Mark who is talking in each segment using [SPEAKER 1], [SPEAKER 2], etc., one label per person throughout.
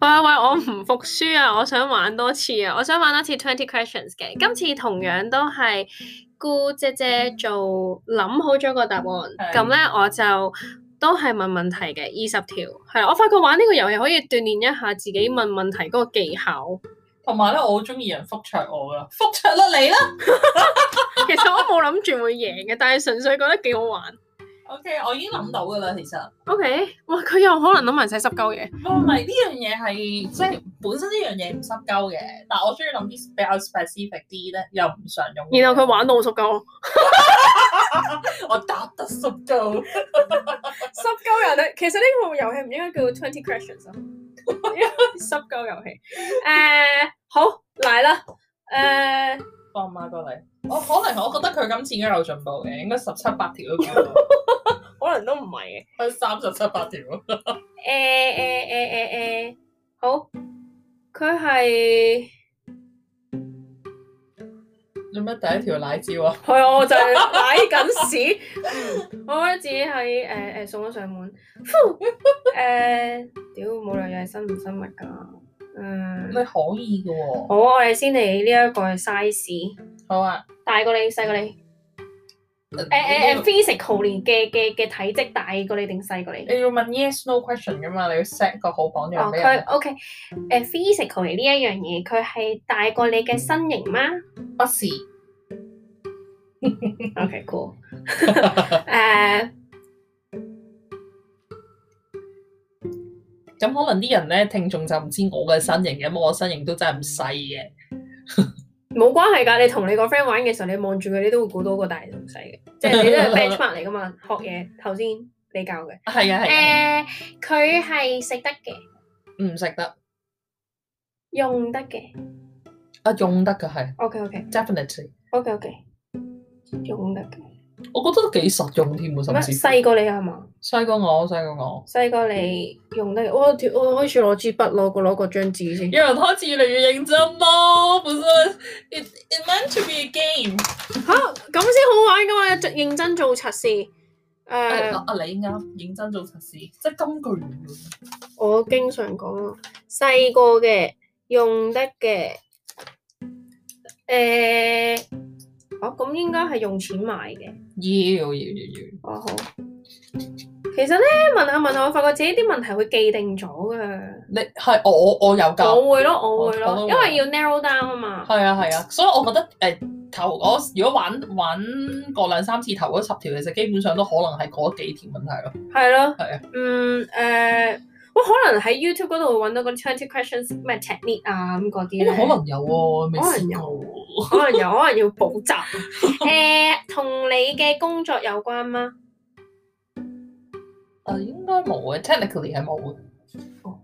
[SPEAKER 1] 喂喂，我唔服輸啊！我想玩多次啊！我想玩多次 Twenty Questions 嘅。今次同樣都係姑姐姐做諗好咗個答案，
[SPEAKER 2] 係
[SPEAKER 1] 咁咧我就都係問問題嘅，二十條。係啦，我發覺玩呢個遊戲可以鍛鍊一下自己問問題嗰個技 巧。
[SPEAKER 2] 同埋咧，我好中意人覆桌我噶，覆桌啦你啦。
[SPEAKER 1] 其實我冇諗住會贏嘅，但係純粹覺得幾好玩。
[SPEAKER 2] OK，我已經諗到噶啦，其實。
[SPEAKER 1] OK，哇！佢有可能諗埋晒濕鳩嘢。
[SPEAKER 2] 我唔係呢樣嘢係即係本身呢樣嘢唔濕鳩嘅，但我中意諗啲比較 specific 啲咧，又唔常用嘅嘢。
[SPEAKER 1] 然後佢玩到好濕鳩，
[SPEAKER 2] 我答得濕鳩，
[SPEAKER 1] 濕鳩遊戲其實呢個遊戲唔 應該叫 Twenty Questions 啊，應該濕鳩遊戲。誒、好嚟啦，誒、
[SPEAKER 2] 放馬過嚟。我可能我覺得佢今次應該有進步嘅，應該十七八條都見到，
[SPEAKER 1] 可能都唔係嘅。
[SPEAKER 2] 佢三十七八
[SPEAKER 1] 誒
[SPEAKER 2] 條。
[SPEAKER 1] 誒誒誒誒，好，佢係
[SPEAKER 2] 做咩第一條奶照啊？
[SPEAKER 1] 係啊我就係 擺緊 屎，嗯，我覺得自己喺誒誒送咗上門，呼誒、屌冇兩樣係生唔生物㗎，
[SPEAKER 2] 你
[SPEAKER 1] 嗯，
[SPEAKER 2] 可以嘅喎、
[SPEAKER 1] 好，我哋先嚟呢一個 size。
[SPEAKER 2] 好啊。
[SPEAKER 1] 大過你，細過你。誒
[SPEAKER 2] 誒
[SPEAKER 1] 誒誒，physical 連嘅嘅嘅體積大過你定細過你？
[SPEAKER 2] 你要問 yes no question 噶嘛？你要 set 個啊好榜
[SPEAKER 1] 哦，
[SPEAKER 2] 樣俾人
[SPEAKER 1] 佢。OK，誒、physical 呢一樣嘢，佢係大過你嘅身形嗎
[SPEAKER 2] 不是，
[SPEAKER 1] ？OK，cool、誒、
[SPEAKER 2] 咁可能啲人咧聽眾就唔知我嘅身形嘅，咁我身形都真係唔細嘅。
[SPEAKER 1] 冇關係㗎。你同你個 friend 玩嘅時候，你望住佢，你都會估到個大同細 嘅，即係你都係 benchmark 嚟㗎嘛。學嘢頭先你教嘅。
[SPEAKER 2] 係啊
[SPEAKER 1] 誒、
[SPEAKER 2] 係啊，
[SPEAKER 1] 佢係食得嘅，
[SPEAKER 2] 唔食得
[SPEAKER 1] 用得嘅。
[SPEAKER 2] 啊，用得㗎係
[SPEAKER 1] OK OK
[SPEAKER 2] ，definitely。
[SPEAKER 1] OK OK，用得嘅。
[SPEAKER 2] 我覺得都幾實用添喎，
[SPEAKER 1] 咩
[SPEAKER 2] 甚至
[SPEAKER 1] 啊細過你係嘛？
[SPEAKER 2] 細過我，細過我。
[SPEAKER 1] 細個你用得嘅，我條我開始攞支筆，攞個攞個張紙先。
[SPEAKER 2] 有人開始越嚟越認真咯，本身 it it meant to be a game。
[SPEAKER 1] 嚇，咁先好玩噶嘛！認真做測試。誒、哦
[SPEAKER 2] 啊你啱，認真做測試，即係金句嚟嘅。
[SPEAKER 1] 我經常講啊，細個嘅用得嘅，誒、哦，咁應該係用錢買嘅。
[SPEAKER 2] 要要要要。
[SPEAKER 1] 哦好。其實咧，問下問下，我發覺自己啲問題會既定咗㗎。
[SPEAKER 2] 你係我我有㗎。
[SPEAKER 1] 我會咯，我會
[SPEAKER 2] 我
[SPEAKER 1] 哦咯，
[SPEAKER 2] 都會
[SPEAKER 1] 因為要 narrow down 啊嘛。
[SPEAKER 2] 係啊係啊，所以我覺得誒、頭嗰如果玩玩過兩三次頭嗰十條，其實基本上都可能係嗰幾條問題咯。
[SPEAKER 1] 係咯，
[SPEAKER 2] 係啊
[SPEAKER 1] 嗯誒，我可能喺 YouTube 嗰度會揾到嗰啲 twenty questions 咩 technique 啊咁嗰啲
[SPEAKER 2] 因
[SPEAKER 1] 咧
[SPEAKER 2] 為哦可能有喎、未
[SPEAKER 1] 可能
[SPEAKER 2] 試
[SPEAKER 1] 有
[SPEAKER 2] 過。
[SPEAKER 1] 可能 有，可能要補習。誒，同你嘅工作有關嗎？
[SPEAKER 2] 誒應該冇嘅，technically 係冇嘅。
[SPEAKER 1] 哦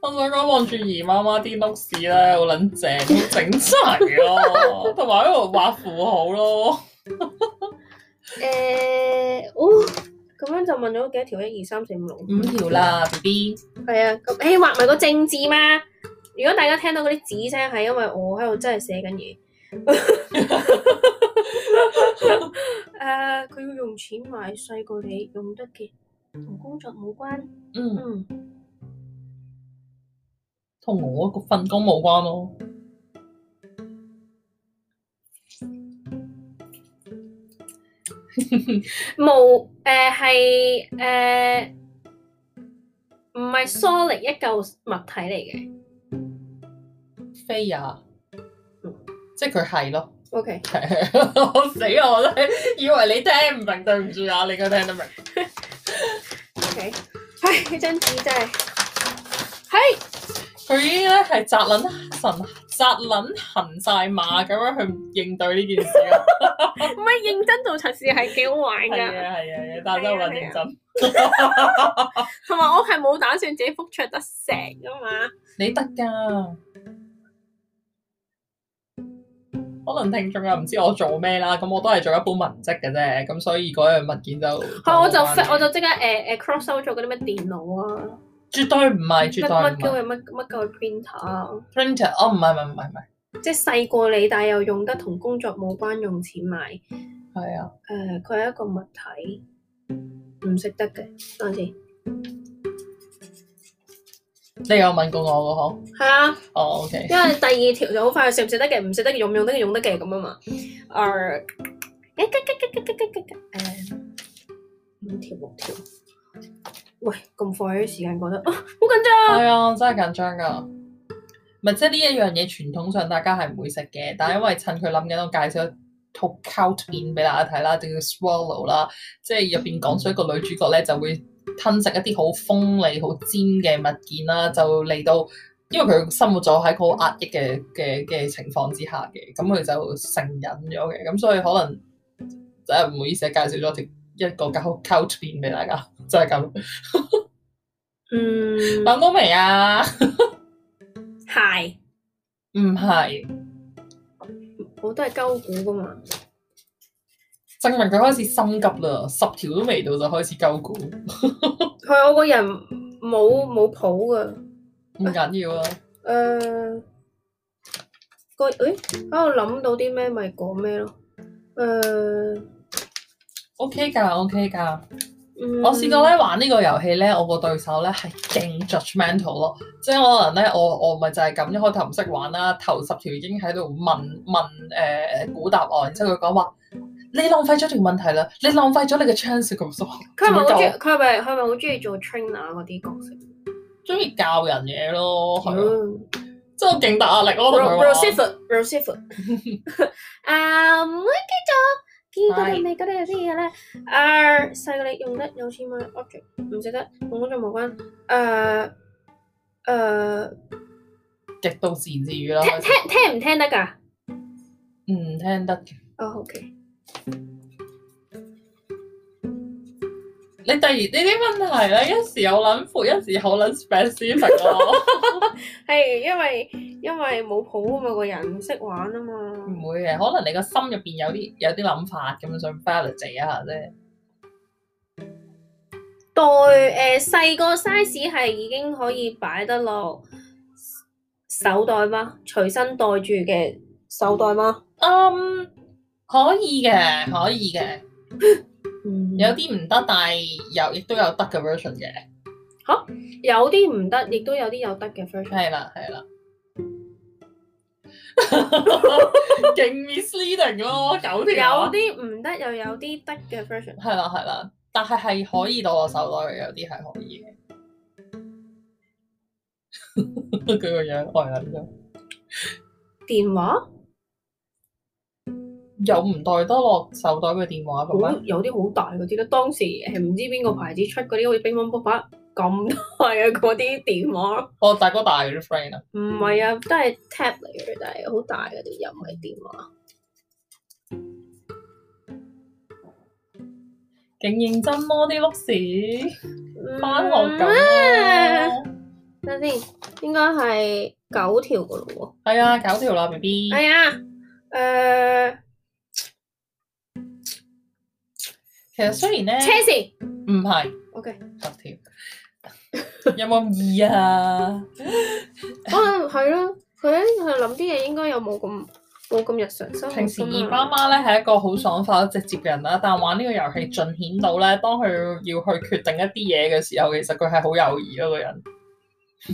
[SPEAKER 2] 我想講望住姨媽媽啲 notes 咧，好撚正，好整齊 咯，同埋喺度畫符號咯。
[SPEAKER 1] 誒，哦，咁樣就問咗幾多條？一二三四五六
[SPEAKER 2] 五條。啦，B B。
[SPEAKER 1] 係啊，咁誒畫埋個政治嘛。如果大家聽到嗰啲紙聲，係因為我喺度真係寫緊 嘢。 誒，呃佢要用錢買細過你用得嘅，同工作冇關。
[SPEAKER 2] 嗯，
[SPEAKER 1] 嗯。
[SPEAKER 2] 同我個份工冇關咯。
[SPEAKER 1] 冇誒係誒唔係 solid 一嚿物體嚟嘅。
[SPEAKER 2] 飛呀
[SPEAKER 1] 嗯，
[SPEAKER 2] 即係佢係咯。
[SPEAKER 1] OK，
[SPEAKER 2] 我死啊！我真係 以為你聽唔明，對唔住啊！你應該聽得明。
[SPEAKER 1] OK，唉，呢張紙真係係
[SPEAKER 2] 佢已經咧係扎撚神扎撚行晒馬咁樣去應對呢件事啊咯。
[SPEAKER 1] 唔係認真做測試 係啊幾好玩
[SPEAKER 2] 係啊
[SPEAKER 1] 㗎，
[SPEAKER 2] 係啊係啊，但係真係好撚認真。
[SPEAKER 1] 同埋我係冇打算自己覆桌得成㗎嘛。
[SPEAKER 2] 你得㗎。可能聽眾又唔知我做咩啦，咁我都係做一本文職嘅啫，咁所以嗰樣物件就
[SPEAKER 1] 係我就
[SPEAKER 2] 冇關嘅
[SPEAKER 1] 我就即刻誒誒 cross out 咗嗰啲咩電腦啊，
[SPEAKER 2] 絕對唔係，
[SPEAKER 1] 乜
[SPEAKER 2] 絕對唔
[SPEAKER 1] 乜鳩
[SPEAKER 2] 係
[SPEAKER 1] 嘅乜乜鳩嘅 printer 啊，
[SPEAKER 2] printer，哦唔係唔係唔係唔係，
[SPEAKER 1] 即係細過你，但係又用得同工作冇關，用錢買。呃
[SPEAKER 2] 係啊，
[SPEAKER 1] 誒，佢係一個物體，唔食得嘅。等陣先，
[SPEAKER 2] 你有問過我嘅嗬？
[SPEAKER 1] 係啊。
[SPEAKER 2] 哦，OK，
[SPEAKER 1] 因為第二條就好快，食唔食得嘅，唔食得嘅，用唔用得嘅，用得嘅咁啊嘛。誒，誒，誒，五條六條。喂，咁快啲時間過得，啊好緊張。
[SPEAKER 2] 係啊，真係緊張㗎。咪即係呢一樣嘢，傳統上大家係唔會食嘅，但係因為趁佢諗緊，我介紹一套 count 片俾大家睇啦，就叫 Swallow 啦，即係入邊講咗一個女主角咧就會吞食一啲好鋒利、好尖嘅物件啦，就嚟到。因為佢生活咗喺個好壓抑嘅嘅嘅情況之下嘅，咁佢就成癮咗嘅，咁所以可能誒唔好意思，啊介紹咗條一個 count count 片俾大家，就係咁。
[SPEAKER 1] 嗯，
[SPEAKER 2] 諗到未啊？
[SPEAKER 1] 係，
[SPEAKER 2] 唔係，
[SPEAKER 1] 我都係鳩估噶嘛。
[SPEAKER 2] 證明佢開始心急啦，十條都未到就開始鳩估，唔
[SPEAKER 1] 佢我個人冇冇譜噶。
[SPEAKER 2] 緊要啊。
[SPEAKER 1] 誒，個誒喺度諗到啲咩咪講咩咯。誒，
[SPEAKER 2] OK 㗎，OK 㗎。
[SPEAKER 1] 嗯
[SPEAKER 2] 我試過咧玩呢個遊戲咧，我個對手咧係勁 judgmental 咯，即係可能咧我我咪就係咁，一開頭唔識玩啦，頭十條已經喺度問問誒、呃估答案，然之後佢講話你浪費咗條問題啦，你浪費咗你嘅 chance 咁多，
[SPEAKER 1] 佢係咪好中意？
[SPEAKER 2] 點
[SPEAKER 1] 佢係咪佢係咪好中意做 trainer 嗰啲角色？
[SPEAKER 2] 中意教人嘢咯，係啊，
[SPEAKER 1] 嗯
[SPEAKER 2] 真係勁大壓力咯，同佢
[SPEAKER 1] Ro-
[SPEAKER 2] 玩
[SPEAKER 1] Rosefoot Rosefoot 啊，唔會繼續。見嗰啲美嗰啲有啲嘢咧，啊細個你用得有錢買 object，唔值得同工作無關。誒誒，
[SPEAKER 2] 極度自言自語啦，開
[SPEAKER 1] 聽聽
[SPEAKER 2] 始
[SPEAKER 1] 聽唔聽得㗎？
[SPEAKER 2] 唔聽得嘅。
[SPEAKER 1] 哦，OK，
[SPEAKER 2] 你第二呢啲問題咧，一啊時有撚闊，一時有撚 specific 咯。
[SPEAKER 1] 係因為因為冇譜啊嘛，個人唔識玩啊嘛。
[SPEAKER 2] 唔會嘅，可能你個心入邊有啲有啲諗法咁樣想 balance 一下啫。
[SPEAKER 1] 袋誒細個 size 係已經可以擺得落手袋嗎？隨身袋住嘅手袋嗎？
[SPEAKER 2] 嗯，可以嘅，可以嘅，
[SPEAKER 1] 嗯
[SPEAKER 2] 有啲唔得，但係有亦都有得嘅 version 嘅。
[SPEAKER 1] 有啲唔得，亦都有啲有得嘅 version。
[SPEAKER 2] 係啦，係啦。 勁 misleading 咯，九
[SPEAKER 1] 有
[SPEAKER 2] 條啊。
[SPEAKER 1] 啲唔得，又有啲得嘅 version。
[SPEAKER 2] 係啦，係啦，但係係可以到我手袋嘅，有啲係可 以嘅。佢個樣呆撚咗。
[SPEAKER 1] 電話
[SPEAKER 2] 有唔袋得落手袋嘅電話
[SPEAKER 1] 好啊
[SPEAKER 2] 咁咩？
[SPEAKER 1] 有啲好大嗰啲咧，當時係唔知邊個牌子出嗰啲，好似乒乓波板咁大嘅嗰啲電話。
[SPEAKER 2] 我大哥哦大嗰啲 friend 啊，
[SPEAKER 1] 唔係啊，都係 tab 嚟嘅，但係好大嗰啲，又唔係電話。
[SPEAKER 2] 勁認真咯啲碌屎，翻學咁
[SPEAKER 1] 嗯
[SPEAKER 2] 咯。
[SPEAKER 1] 等先，應該係九條嘅咯
[SPEAKER 2] 係啊，搞條啦，B B
[SPEAKER 1] 喎。。係啊，誒
[SPEAKER 2] 其實雖然
[SPEAKER 1] 車
[SPEAKER 2] 咧
[SPEAKER 1] 匙。
[SPEAKER 2] 唔係
[SPEAKER 1] OK，
[SPEAKER 2] 十條，有冇咁易啊？
[SPEAKER 1] 可能哦係咯，佢佢諗啲嘢應該又冇咁冇咁日常生活㗎嘛。
[SPEAKER 2] 平時二媽媽咧係一個好爽快、好直接嘅人啦，但玩呢個遊戲盡顯到咧，當佢要去決定一啲嘢嘅時候，其實佢係好猶豫咯個人。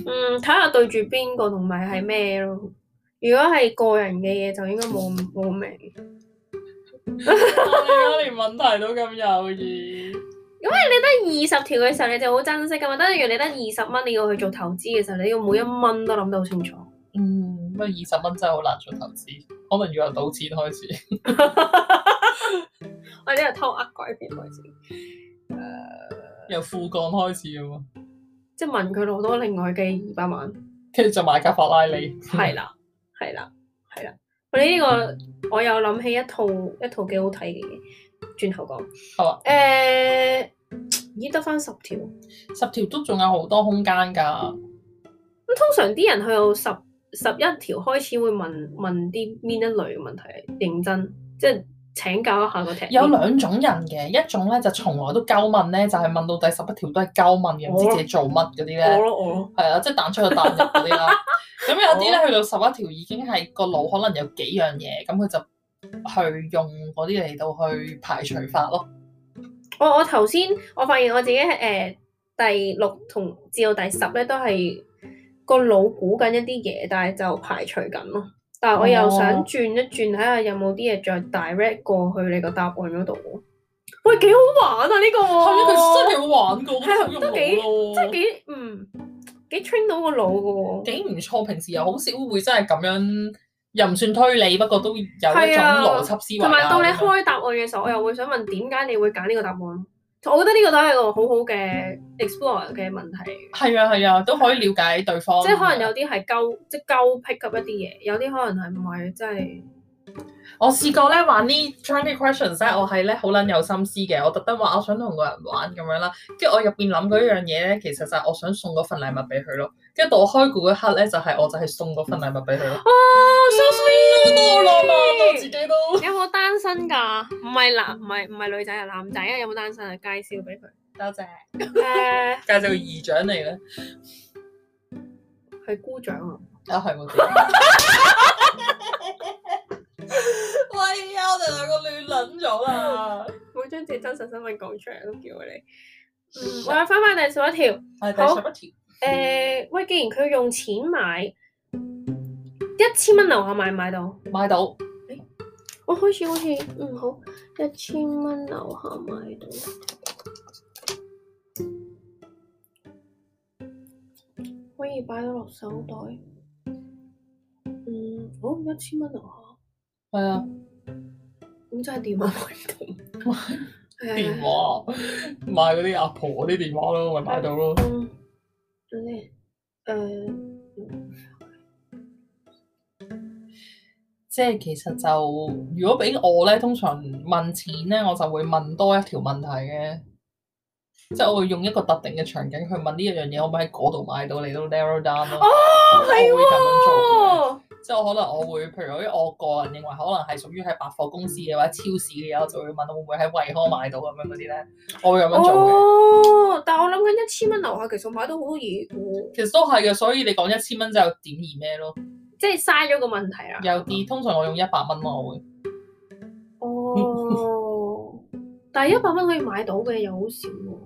[SPEAKER 1] 嗯，睇下對住邊個同埋係咩咯。如果係個人嘅嘢，就應該冇咁冇咩。
[SPEAKER 2] 我哋而家連哎問題都咁猶豫。
[SPEAKER 1] 得二十條嘅時候，你就好珍惜噶嘛。等於你得二十蚊，你要去做投資嘅時候，你要每一蚊都諗得好清楚。
[SPEAKER 2] 嗯，不過二十蚊真係好難做投資，可能要由賭錢開始。
[SPEAKER 1] 我哋係偷呃鬼片開始，
[SPEAKER 2] 由副幹開始啊嘛，
[SPEAKER 1] 即係問佢攞多另外 嘅二百萬。
[SPEAKER 2] 跟住就買架法拉利。
[SPEAKER 1] 係啦，係啦，係啦。我哋呢個我有諗起一套一套幾好睇嘅嘢，轉頭講。
[SPEAKER 2] 好啊。
[SPEAKER 1] 誒、咦，得翻十條。
[SPEAKER 2] 十條都仲有好多空間㗎。
[SPEAKER 1] 咁通常啲人去到十十一條開始會問問啲邊一類嘅問題，認真即係請教一下個 t
[SPEAKER 2] 有兩種人嘅，一種咧就從來都鳩問咧，就係、問到第十一條都係鳩問嘅，唔知自己做乜嗰啲
[SPEAKER 1] 我
[SPEAKER 2] 咧，
[SPEAKER 1] 咯我咯，
[SPEAKER 2] 係啊，即係彈出去彈入嗰啲啦。咁有啲咧去到十一條已經係個腦可能有幾樣嘢，咁佢就去用嗰啲嚟到去排除法咯。
[SPEAKER 1] 我我頭先我發現我自己係誒第六同至到第十咧，都係個腦估緊一啲嘢，但係就排除緊咯。但係我又想
[SPEAKER 2] 哦
[SPEAKER 1] 轉一轉，睇下有冇啲嘢再 direct 過去你個答案嗰度喎。喂，幾好玩啊！呢個
[SPEAKER 2] 係啊，佢
[SPEAKER 1] 喎
[SPEAKER 2] 真係好玩噶，我覺得好用
[SPEAKER 1] 都幾
[SPEAKER 2] 腦
[SPEAKER 1] 真係
[SPEAKER 2] 咯，
[SPEAKER 1] 幾嗯幾 train 到個腦嘅喎。
[SPEAKER 2] 幾唔錯。平時又好少會真係咁樣，又唔算推理，不過都有一種
[SPEAKER 1] 係啊
[SPEAKER 2] 邏輯思維
[SPEAKER 1] 同
[SPEAKER 2] 啊。
[SPEAKER 1] 埋到你
[SPEAKER 2] 咁樣
[SPEAKER 1] 開答案嘅時候，我又會想問點解你會揀呢個答案？我覺得呢個都係一個好好嘅 explore 嘅問題，
[SPEAKER 2] 係啊係啊，都可以了解對方。
[SPEAKER 1] 即係可能有啲係鳩，即係鳩 pick up 一啲嘢，有啲可能係唔係真係
[SPEAKER 2] 我試過咧玩呢 twenty questions 咧，我係咧好撚有心思嘅，我特登話我啊想同個人玩咁樣啦，跟住我入邊諗嗰樣嘢咧，其實就係我想送嗰份禮物俾佢咯。跟住到我開估嗰刻咧，就係、我就係送嗰份禮物俾佢咯。
[SPEAKER 1] 哦 so
[SPEAKER 2] 好
[SPEAKER 1] sweet，
[SPEAKER 2] 浪漫啊我自己都。
[SPEAKER 1] 有冇單身㗎？唔係男，唔係唔係女仔啊，男仔啊，有冇單身啊？介紹俾佢。
[SPEAKER 2] 多
[SPEAKER 1] 誒，
[SPEAKER 2] 謝。介紹個姨丈嚟咧。
[SPEAKER 1] 係姑丈啊。
[SPEAKER 2] 啊，係我哋。喂啊！我哋兩個亂撚咗啦。
[SPEAKER 1] 冇將自己真實身份講出嚟都叫你。嗯，我哋翻返第十一條。
[SPEAKER 2] 係
[SPEAKER 1] 好
[SPEAKER 2] 第十一條。
[SPEAKER 1] 誒、喂，既然佢用錢買一千蚊樓下買唔買到？
[SPEAKER 2] 買啊到。
[SPEAKER 1] 我哦開始好似嗯好，一千蚊樓下買到。可以擺到落手袋。嗯，好一千蚊樓下，
[SPEAKER 2] 係啊。
[SPEAKER 1] 咁真係電話買唔到。啊
[SPEAKER 2] 電話買嗰啲阿婆啲電話咯，咪買到咯。
[SPEAKER 1] 嗯，咧，誒，
[SPEAKER 2] 即係其實就如果俾我咧，通常問錢咧，我就會問多一條問題嘅，即係我會用一個特定嘅場景去問呢一樣嘢，可唔可以喺嗰度買到你都 narrow down 咯。
[SPEAKER 1] 哦，係
[SPEAKER 2] 我會咁樣做嘅
[SPEAKER 1] 喎。
[SPEAKER 2] 即係我可能我會，譬如嗰啲我個人認為可能係屬於係百貨公司嘅或者超市嘅嘢，我就會問會唔會喺惠康買到咁樣嗰啲咧，我會咁樣做嘅。
[SPEAKER 1] 哦，但係我諗緊一千蚊樓下，其實我買到好多嘢嘅喎，
[SPEAKER 2] 其實都係嘅，所以你講一千蚊就點而咩咯？
[SPEAKER 1] 即係嘥咗個問題啦。
[SPEAKER 2] 有啲通常我用一百蚊咯，我會。
[SPEAKER 1] 哦，但係一百蚊可以買到嘅又好少喎。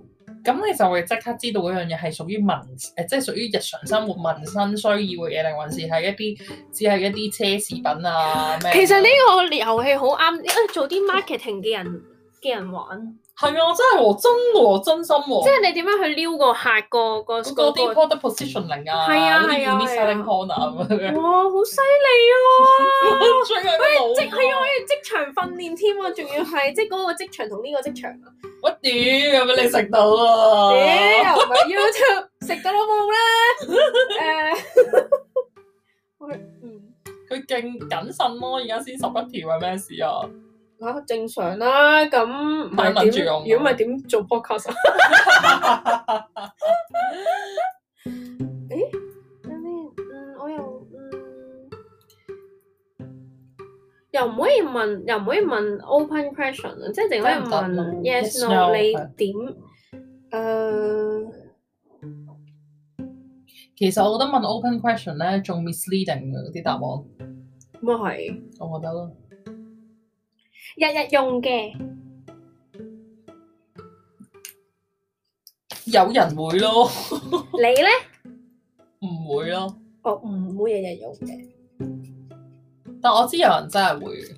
[SPEAKER 2] 咁你就會即刻知道嗰樣嘢係屬於民誒、即係屬於日常生活民生需要嘅嘢，定還是係一啲只係一啲奢侈品啊咩？
[SPEAKER 1] 其實呢個遊戲好啱，誒做啲 marketing 嘅人嘅人玩，
[SPEAKER 2] 係啊，真係喎，真喎，真心喎，
[SPEAKER 1] 即係你點樣去撩個客個個個
[SPEAKER 2] 嗰個啲 product positioning 啊，
[SPEAKER 1] 係啊
[SPEAKER 2] 嗰啲
[SPEAKER 1] 係啊
[SPEAKER 2] unique
[SPEAKER 1] 係啊
[SPEAKER 2] selling point 啊咁 樣，
[SPEAKER 1] 哇，好犀利啊！
[SPEAKER 2] 最近都
[SPEAKER 1] 即係啊，
[SPEAKER 2] 冇
[SPEAKER 1] 我
[SPEAKER 2] 啊。
[SPEAKER 1] 哋職場訓練添啊，仲要係即係嗰個職場同呢個職場啊。
[SPEAKER 2] 我屌咁樣你食到
[SPEAKER 1] 哦
[SPEAKER 2] 啊！
[SPEAKER 1] 屌，唔係 YouTube 食到老母啦！誒， 我嗯
[SPEAKER 2] 佢勁謹慎咯，而家先十一條係咩事啊？
[SPEAKER 1] 嚇正常啦，咁唔
[SPEAKER 2] 但
[SPEAKER 1] 係
[SPEAKER 2] 係問住
[SPEAKER 1] 點？
[SPEAKER 2] 我
[SPEAKER 1] 如果唔係點做 podcast 啊？有咩？嗯，我又嗯，又唔可以問，又唔可以問 open question 啊，即係淨可以
[SPEAKER 2] 梗唔得啦
[SPEAKER 1] 問
[SPEAKER 2] yes,
[SPEAKER 1] yes
[SPEAKER 2] no，
[SPEAKER 1] no，你 ờ,
[SPEAKER 2] 係
[SPEAKER 1] 點誒？
[SPEAKER 2] 其實我覺得問 open question 咧，仲 misleading 嘅啲答案，我
[SPEAKER 1] 咁啊係，
[SPEAKER 2] 覺得咯。
[SPEAKER 1] 日日用嘅。
[SPEAKER 2] 有人會咯，
[SPEAKER 1] 你咧？
[SPEAKER 2] 唔會咯，
[SPEAKER 1] 我唔會日日用嘅。
[SPEAKER 2] 但我知有人真係會嘅，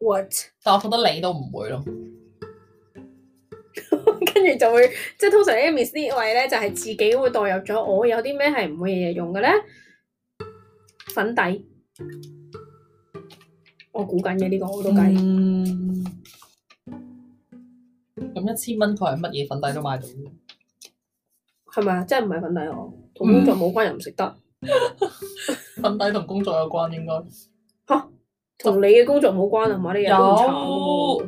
[SPEAKER 1] What？
[SPEAKER 2] 但我覺得你都唔會咯。
[SPEAKER 1] 跟住就會即係通常呢 miss 呢位咧，就係、自己會代入咗我有啲咩係唔會日日用嘅咧？粉底，我估緊嘅呢個我都計。
[SPEAKER 2] 嗯，咁一千蚊佢係乜嘢粉底都買到，
[SPEAKER 1] 係咪啊？真係唔係粉底我，同
[SPEAKER 2] 嗯
[SPEAKER 1] 工作冇關又唔食得，
[SPEAKER 2] 粉底同工作有關應該
[SPEAKER 1] 同你嘅工作冇關啊嘛？呢嘢
[SPEAKER 2] 有，
[SPEAKER 1] 都好慘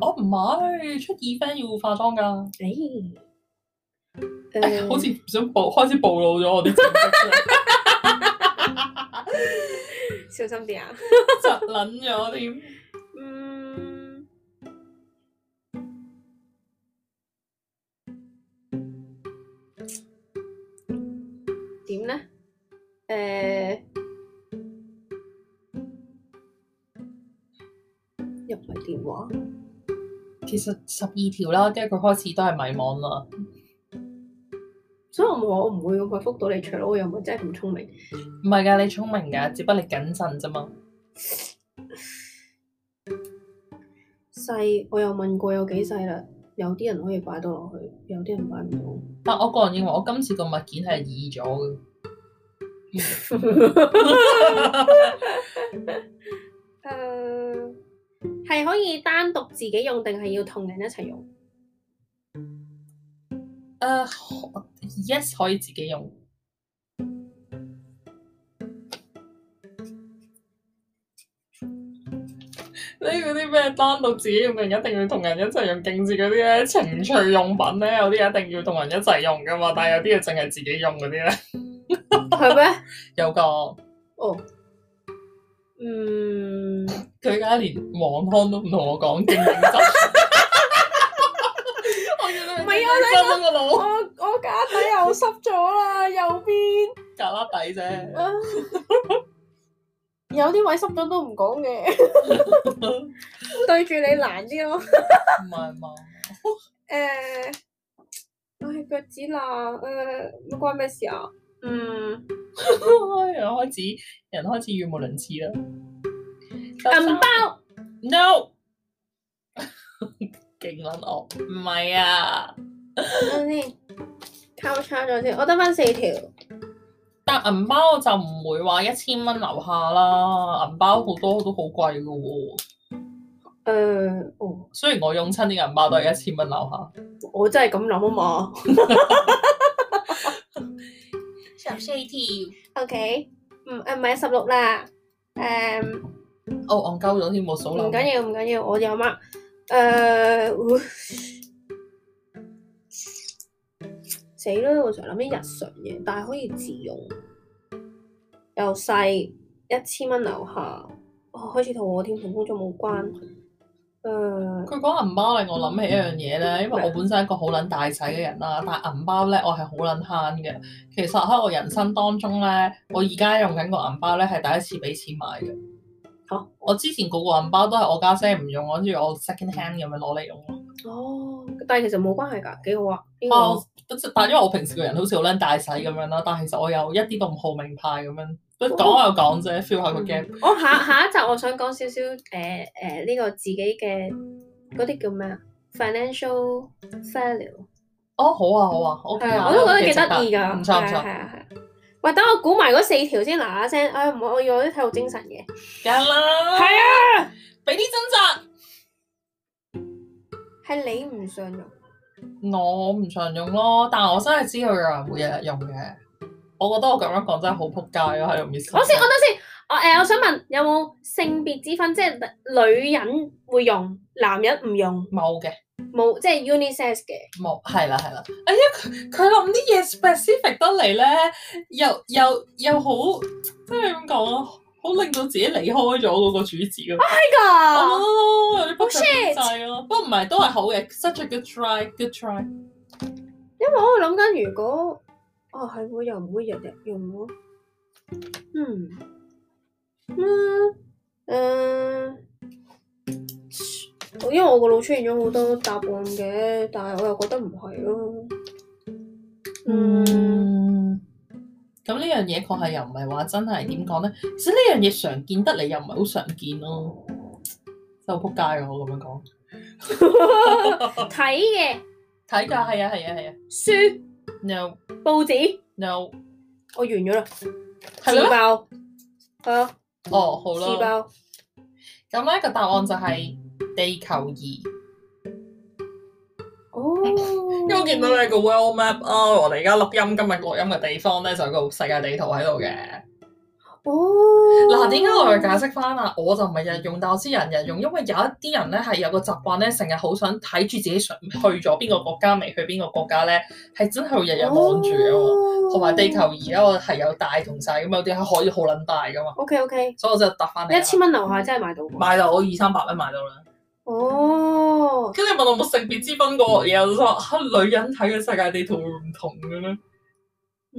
[SPEAKER 2] 我唔係出 event 要化妝㗎，
[SPEAKER 1] 喎。誒、
[SPEAKER 2] 哎 呀好似唔想暴開始暴露咗我啲知識
[SPEAKER 1] 小心啲啊！
[SPEAKER 2] 啦，窒撚咗添。
[SPEAKER 1] 嗯，點咧？誒、入嚟電話，
[SPEAKER 2] 其實十二條啦，跟住佢開始都係迷惘啦。
[SPEAKER 1] 所以我冇話我唔會咁快覆到你，除咗我又唔係真係咁聰明。
[SPEAKER 2] 唔係㗎，你聰明㗎，只不過你謹慎啫嘛。
[SPEAKER 1] 細我又問過有幾細啦，有啲人可以擺到落去，有啲人擺唔到。
[SPEAKER 2] 但我個人認為我今次個物件係易咗 嘅。
[SPEAKER 1] 誒係可以單獨自己用定係要同人一齊用？
[SPEAKER 2] 誒、呃可 y e s 可以自己用。呢嗰啲咩單獨自己用定一定要同人一齊用，勁似嗰啲咧情趣用品咧，有啲一定要同人一齊用噶嘛，但係有啲嘢淨係自己用嗰啲咧，
[SPEAKER 1] 係咩？
[SPEAKER 2] 有個。
[SPEAKER 1] 哦， 嗯，
[SPEAKER 2] 佢而家連黃康都唔同我講，勁認真。我見
[SPEAKER 1] 唔
[SPEAKER 2] 到
[SPEAKER 1] 係啊
[SPEAKER 2] 啊，個
[SPEAKER 1] 我
[SPEAKER 2] 腦
[SPEAKER 1] 我架底又濕咗啦，右邊
[SPEAKER 2] 格拉底啫。
[SPEAKER 1] 有啲位濕咗都唔講 嘅，對住你難啲咯。
[SPEAKER 2] 唔係嘛？
[SPEAKER 1] 誒，我係腳趾罅，誒，關咩事啊？嗯，
[SPEAKER 2] 人開始人開始語無倫次啦。
[SPEAKER 1] 銀包
[SPEAKER 2] no，勁撚惡，唔係啊！
[SPEAKER 1] 等陣先，交叉咗先，我得翻四條。
[SPEAKER 2] 但銀包我就唔會話一千蚊樓下啦，銀包好多都好貴噶喎。
[SPEAKER 1] 誒，哦，
[SPEAKER 2] 雖然我用親啲銀包都係一千蚊樓下。
[SPEAKER 1] 我真係咁諗啊 嘛。
[SPEAKER 2] 十四條。
[SPEAKER 1] OK，唔誒唔係十六啦，誒。
[SPEAKER 2] 哦，戇鳩咗添，冇數
[SPEAKER 1] 唔
[SPEAKER 2] 漏。
[SPEAKER 1] 緊要，唔緊要，我有乜？誒、會死啦！我成日諗啲日常嘢，但係可以自用，又細一千蚊樓下，哦、開始肚餓添，同工作冇關。誒、
[SPEAKER 2] 佢講銀包令我諗起一樣嘢
[SPEAKER 1] 嗯
[SPEAKER 2] 咧，因為我本身係一個好撚大使嘅人啦，但係銀包咧我係好撚慳嘅。
[SPEAKER 1] 嗯
[SPEAKER 2] 其實喺我人生當中咧，我而家用緊個銀包咧係第一次俾錢買嘅。
[SPEAKER 1] 嚇
[SPEAKER 2] 我之前嗰個銀包都係我家姐唔用，跟住我 second hand 咁樣攞嚟用咯。
[SPEAKER 1] 哦，但係其實冇關係㗎，幾好啊！呢個
[SPEAKER 2] 哦，但因為我平時個人好似好撚大使咁樣啦，但係其實我又一啲都唔好名派咁樣，都
[SPEAKER 1] 哦
[SPEAKER 2] 講又講啫，feel 下個 game。
[SPEAKER 1] 我嗯哦下下一集我想講少少誒誒呢個自己嘅嗰啲叫咩啊？financial failure。
[SPEAKER 2] 哦，好啊，好啊，OK
[SPEAKER 1] 係啊，
[SPEAKER 2] 啊，
[SPEAKER 1] 我都覺得幾
[SPEAKER 2] 值
[SPEAKER 1] 得意㗎，
[SPEAKER 2] 唔錯
[SPEAKER 1] 係啊
[SPEAKER 2] 唔
[SPEAKER 1] 係
[SPEAKER 2] 錯，
[SPEAKER 1] 啊係啊。喂，等我估埋嗰四條先，嗱嗱聲。哎唉，唔好，我要有啲體育精神嘅。
[SPEAKER 2] 梗啦，
[SPEAKER 1] 係啊，
[SPEAKER 2] 俾啲掙扎。
[SPEAKER 1] 係你唔信用。
[SPEAKER 2] 我唔常用咯，但係我真係知道有人會日日用嘅。我覺得我咁樣講真係好撲街咯，喺度 miss。
[SPEAKER 1] 我先，我等先。我誒、我想問有冇性別之分？即係女人會用，男人唔用，
[SPEAKER 2] 冇嘅，
[SPEAKER 1] 冇即係 unisex 嘅。
[SPEAKER 2] 冇係啦係啦。哎呀，佢佢諗啲嘢 specific 得嚟咧，又又又好，即係點講啊？好令到自己離開咗嗰個主旨咯。
[SPEAKER 1] 係
[SPEAKER 2] 哦，有啲不
[SPEAKER 1] 啊 shit
[SPEAKER 2] 切實際咯。不過唔係都係好嘅，such a good try，good try。
[SPEAKER 1] 因為我諗緊，如果哦係會又唔會日日用咯。嗯，嗯，嗯因為我個腦出現咗好多答案嘅，但係我又覺得唔係咯。嗯，
[SPEAKER 2] 嗯，咁呢樣嘢確係又唔係話真係點講咧？其實呢樣嘢常見得嚟又唔係好常見咯，就仆街啊！我咁樣講，
[SPEAKER 1] 睇嘅
[SPEAKER 2] 睇㗎係啊係啊係啊
[SPEAKER 1] 書、
[SPEAKER 2] ，no
[SPEAKER 1] 報紙，
[SPEAKER 2] no
[SPEAKER 1] 我完咗啦，
[SPEAKER 2] 係
[SPEAKER 1] 自
[SPEAKER 2] 咯，
[SPEAKER 1] 爆，係啊，
[SPEAKER 2] 哦好
[SPEAKER 1] 自
[SPEAKER 2] 啦，
[SPEAKER 1] 爆，
[SPEAKER 2] 咁咧個答案就係地球儀。
[SPEAKER 1] 哦，
[SPEAKER 2] 因為我見到你個 world map 啊，我哋而家錄音今日錄音嘅地方咧就有個世界地圖喺度嘅。
[SPEAKER 1] 哦，
[SPEAKER 2] 嗱，點解我又解釋翻啊？我就唔係日日用，但我知人日用，因為有一啲人咧係有個習慣咧，成日好想睇住自己想去咗邊個國家，未去邊個國家咧，係真係會日日望住嘅喎。
[SPEAKER 1] 哦
[SPEAKER 2] 同埋地球儀咧，我係有大同細咁，有啲係可以好撚大噶嘛，
[SPEAKER 1] OK OK，
[SPEAKER 2] 所以我就答翻你啦。啊嗯
[SPEAKER 1] 一千蚊樓下真係買到喎。
[SPEAKER 2] 買到我二三百蚊買到啦。
[SPEAKER 1] 哦，
[SPEAKER 2] 跟住問我冇性別之分嗰個嘢，我就話嚇女人睇嘅世界地圖會唔同嘅咩？
[SPEAKER 1] 嗯，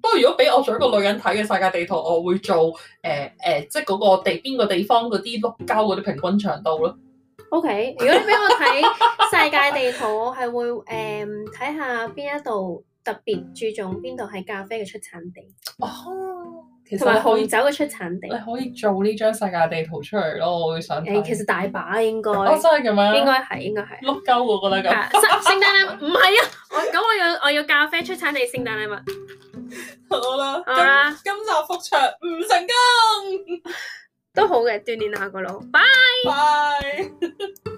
[SPEAKER 2] 不過如果俾我做一個女人睇嘅世界地圖，我會做誒誒、呃呃即係嗰個地邊個地方嗰啲碌膠嗰啲平均長度咯。
[SPEAKER 1] OK。如果你俾我睇世界地圖，我係會誒睇下邊一度特別注重邊度係咖啡嘅出產地，
[SPEAKER 2] 哦，其
[SPEAKER 1] 同埋
[SPEAKER 2] 實可
[SPEAKER 1] 紅
[SPEAKER 2] 以
[SPEAKER 1] 酒嘅出產地
[SPEAKER 2] 你。可以做呢張世界地圖出嚟咯，我會想睇。哦
[SPEAKER 1] 誒，其實大把應該，
[SPEAKER 2] 我真係咁 樣，
[SPEAKER 1] 應該係應該係。
[SPEAKER 2] 碌鳩我覺得咁。
[SPEAKER 1] 啊聖聖誕禮物唔係啊！我咁我要我要咖啡出產地聖誕禮物。啊
[SPEAKER 2] 好啦，
[SPEAKER 1] 好啦
[SPEAKER 2] 今今集復場唔成功，
[SPEAKER 1] 都好嘅，鍛鍊下個腦。拜。
[SPEAKER 2] 拜。